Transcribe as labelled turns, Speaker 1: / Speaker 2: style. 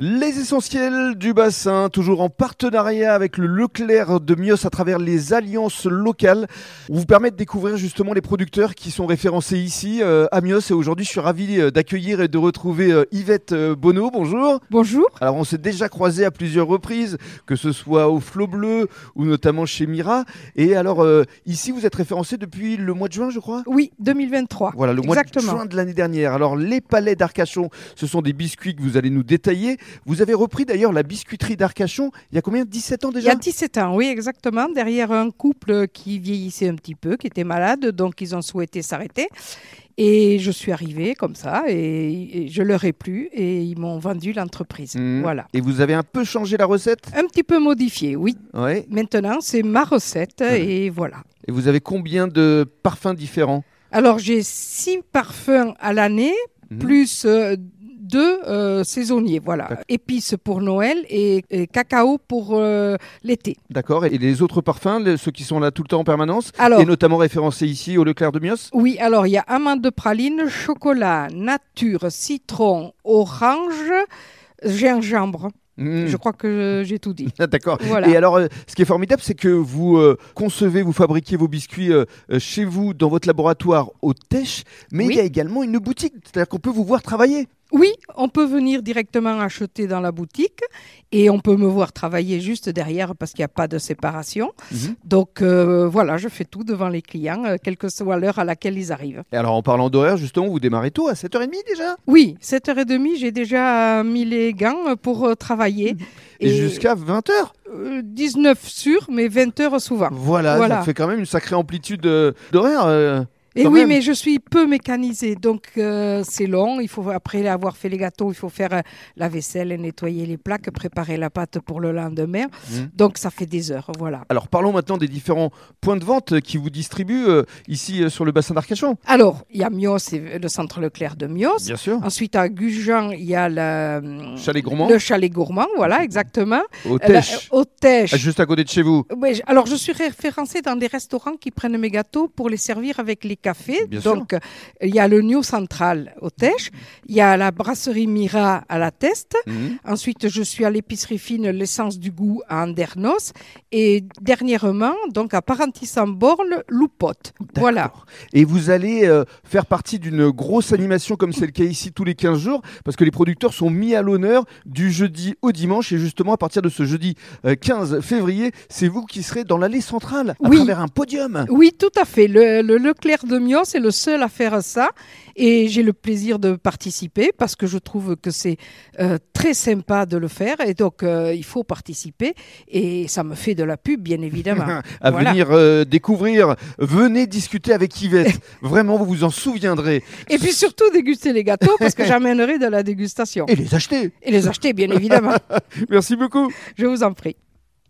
Speaker 1: Les essentiels du bassin, toujours en partenariat avec le Leclerc de Mios à travers les alliances locales, vous permettent de découvrir justement les producteurs qui sont référencés ici euh, à Mios. Et aujourd'hui, je suis ravi euh, d'accueillir et de retrouver euh, Yvette euh, Bonneau. Bonjour.
Speaker 2: Bonjour.
Speaker 1: Alors, on s'est déjà croisés à plusieurs reprises, que ce soit au Flot Bleu ou notamment chez Mira. Et alors, euh, ici, vous êtes référencé depuis le mois de juin, je crois
Speaker 2: Oui, 2023.
Speaker 1: Voilà, le mois
Speaker 2: Exactement.
Speaker 1: de juin de l'année dernière. Alors, les palais d'Arcachon, ce sont des biscuits que vous allez nous détailler. Vous avez repris d'ailleurs la biscuiterie d'Arcachon il y a combien 17 ans
Speaker 2: Il y
Speaker 1: déjà
Speaker 2: a 17 ans, oui, exactement, derrière un couple qui vieillissait un petit peu, qui était malade, donc ils ont souhaité s'arrêter. Et je suis arrivée comme ça, et, et je leur ai plu, et ils m'ont vendu l'entreprise.
Speaker 1: Mhm.
Speaker 2: Voilà.
Speaker 1: Et vous avez un peu changé la recette
Speaker 2: Un petit peu modifié, oui.
Speaker 1: Ouais.
Speaker 2: Maintenant, c'est ma recette,
Speaker 1: Ouais.
Speaker 2: et voilà.
Speaker 1: Et vous avez combien de parfums différents
Speaker 2: Alors, j'ai six parfums à l'année,
Speaker 1: Mhm.
Speaker 2: plus euh, deux euh, saisonniers, voilà.
Speaker 1: D'accord.
Speaker 2: Épices pour Noël et, et cacao pour euh, l'été.
Speaker 1: D'accord. Et les autres parfums, les- ceux qui sont là tout le temps en permanence
Speaker 2: Alors,
Speaker 1: et notamment référencés ici au Leclerc de Mios
Speaker 2: Oui, alors il y a amande de praline, chocolat, nature, citron, orange, gingembre.
Speaker 1: Mhm.
Speaker 2: Je crois que j'ai tout dit.
Speaker 1: Ah, D'accord.
Speaker 2: Voilà.
Speaker 1: Et alors, euh, ce qui est formidable, c'est que vous euh, concevez, vous fabriquez vos biscuits euh, euh, chez vous, dans votre laboratoire au Tèche, mais
Speaker 2: Oui.
Speaker 1: il y a également une boutique, c'est-à-dire qu'on peut vous voir travailler.
Speaker 2: Oui, on peut venir directement acheter dans la boutique et on peut me voir travailler juste derrière parce qu'il n'y a pas de séparation.
Speaker 1: Mhm.
Speaker 2: Donc euh, voilà, je fais tout devant les clients, euh, quelle que soit l'heure à laquelle ils arrivent.
Speaker 1: Et alors, en parlant d'horaire, justement, vous démarrez tôt, à 7h30 déjà
Speaker 2: Oui, 7h30, j'ai déjà euh, mis les gants euh, pour euh, travailler.
Speaker 1: Et, jusqu'à 20h
Speaker 2: euh, 19 sûr, mais 20h souvent.
Speaker 1: Ah, voilà,
Speaker 2: Voilà.
Speaker 1: ça fait quand même une sacrée amplitude euh, d'horaire. euh.
Speaker 2: Et
Speaker 1: Quand
Speaker 2: oui,
Speaker 1: même.
Speaker 2: mais je suis peu mécanisée, donc euh, c'est long. Il faut après avoir fait les gâteaux, il faut faire euh, la vaisselle, nettoyer les plaques, préparer la pâte pour le lendemain.
Speaker 1: Mhm.
Speaker 2: Donc ça fait des heures, voilà.
Speaker 1: Alors, parlons maintenant des différents points de vente euh, qui vous distribuent euh, ici euh, sur le bassin d'Arcachon.
Speaker 2: Alors il y a Mios, et le centre Leclerc de Mios.
Speaker 1: Bien sûr.
Speaker 2: Ensuite à Gujan, il y a le
Speaker 1: Chalet Gourmand,
Speaker 2: le chalet gourmand, voilà exactement.
Speaker 1: au
Speaker 2: Euh, la-
Speaker 1: Tèche,
Speaker 2: Au Tèche.
Speaker 1: bah, ah, juste à côté de chez vous.
Speaker 2: Ouais, j- alors, je suis référencée dans des restaurants qui prennent mes gâteaux pour les servir avec les cafés.
Speaker 1: Bien sûr.
Speaker 2: Donc, euh, il y a le New Central au Tèche, il y a la brasserie Mira à la Teste.
Speaker 1: Mhm.
Speaker 2: Ensuite, je suis à l'épicerie fine L'essence du goût à Andernos. Et dernièrement, donc à Parentis-en-Borne, Loupote. Voilà.
Speaker 1: D'accord. Et vous allez euh, faire partie d'une grosse animation comme c'est le cas ici tous les 15 jours, parce que les producteurs sont mis à l'honneur du jeudi au dimanche. Et justement, à partir de ce jeudi euh, 15 février, c'est vous qui serez dans l'allée centrale, à
Speaker 2: Oui.
Speaker 1: travers un podium.
Speaker 2: Oui, tout à fait. Le, le Leclerc de Mios est le seul à faire ça. Et j'ai le plaisir de participer parce que je trouve que c'est euh, très sympa de le faire. Et donc, euh, il faut participer. Et ça me fait de la pub, bien évidemment.
Speaker 1: à
Speaker 2: Voilà.
Speaker 1: venir euh, découvrir. Venez discuter avec Yvette. Vraiment, vous vous en souviendrez.
Speaker 2: et puis surtout, déguster les gâteaux parce que j'amènerai de la dégustation.
Speaker 1: Et les acheter.
Speaker 2: Et les acheter, bien évidemment.
Speaker 1: Merci beaucoup.
Speaker 2: Je vous en prie.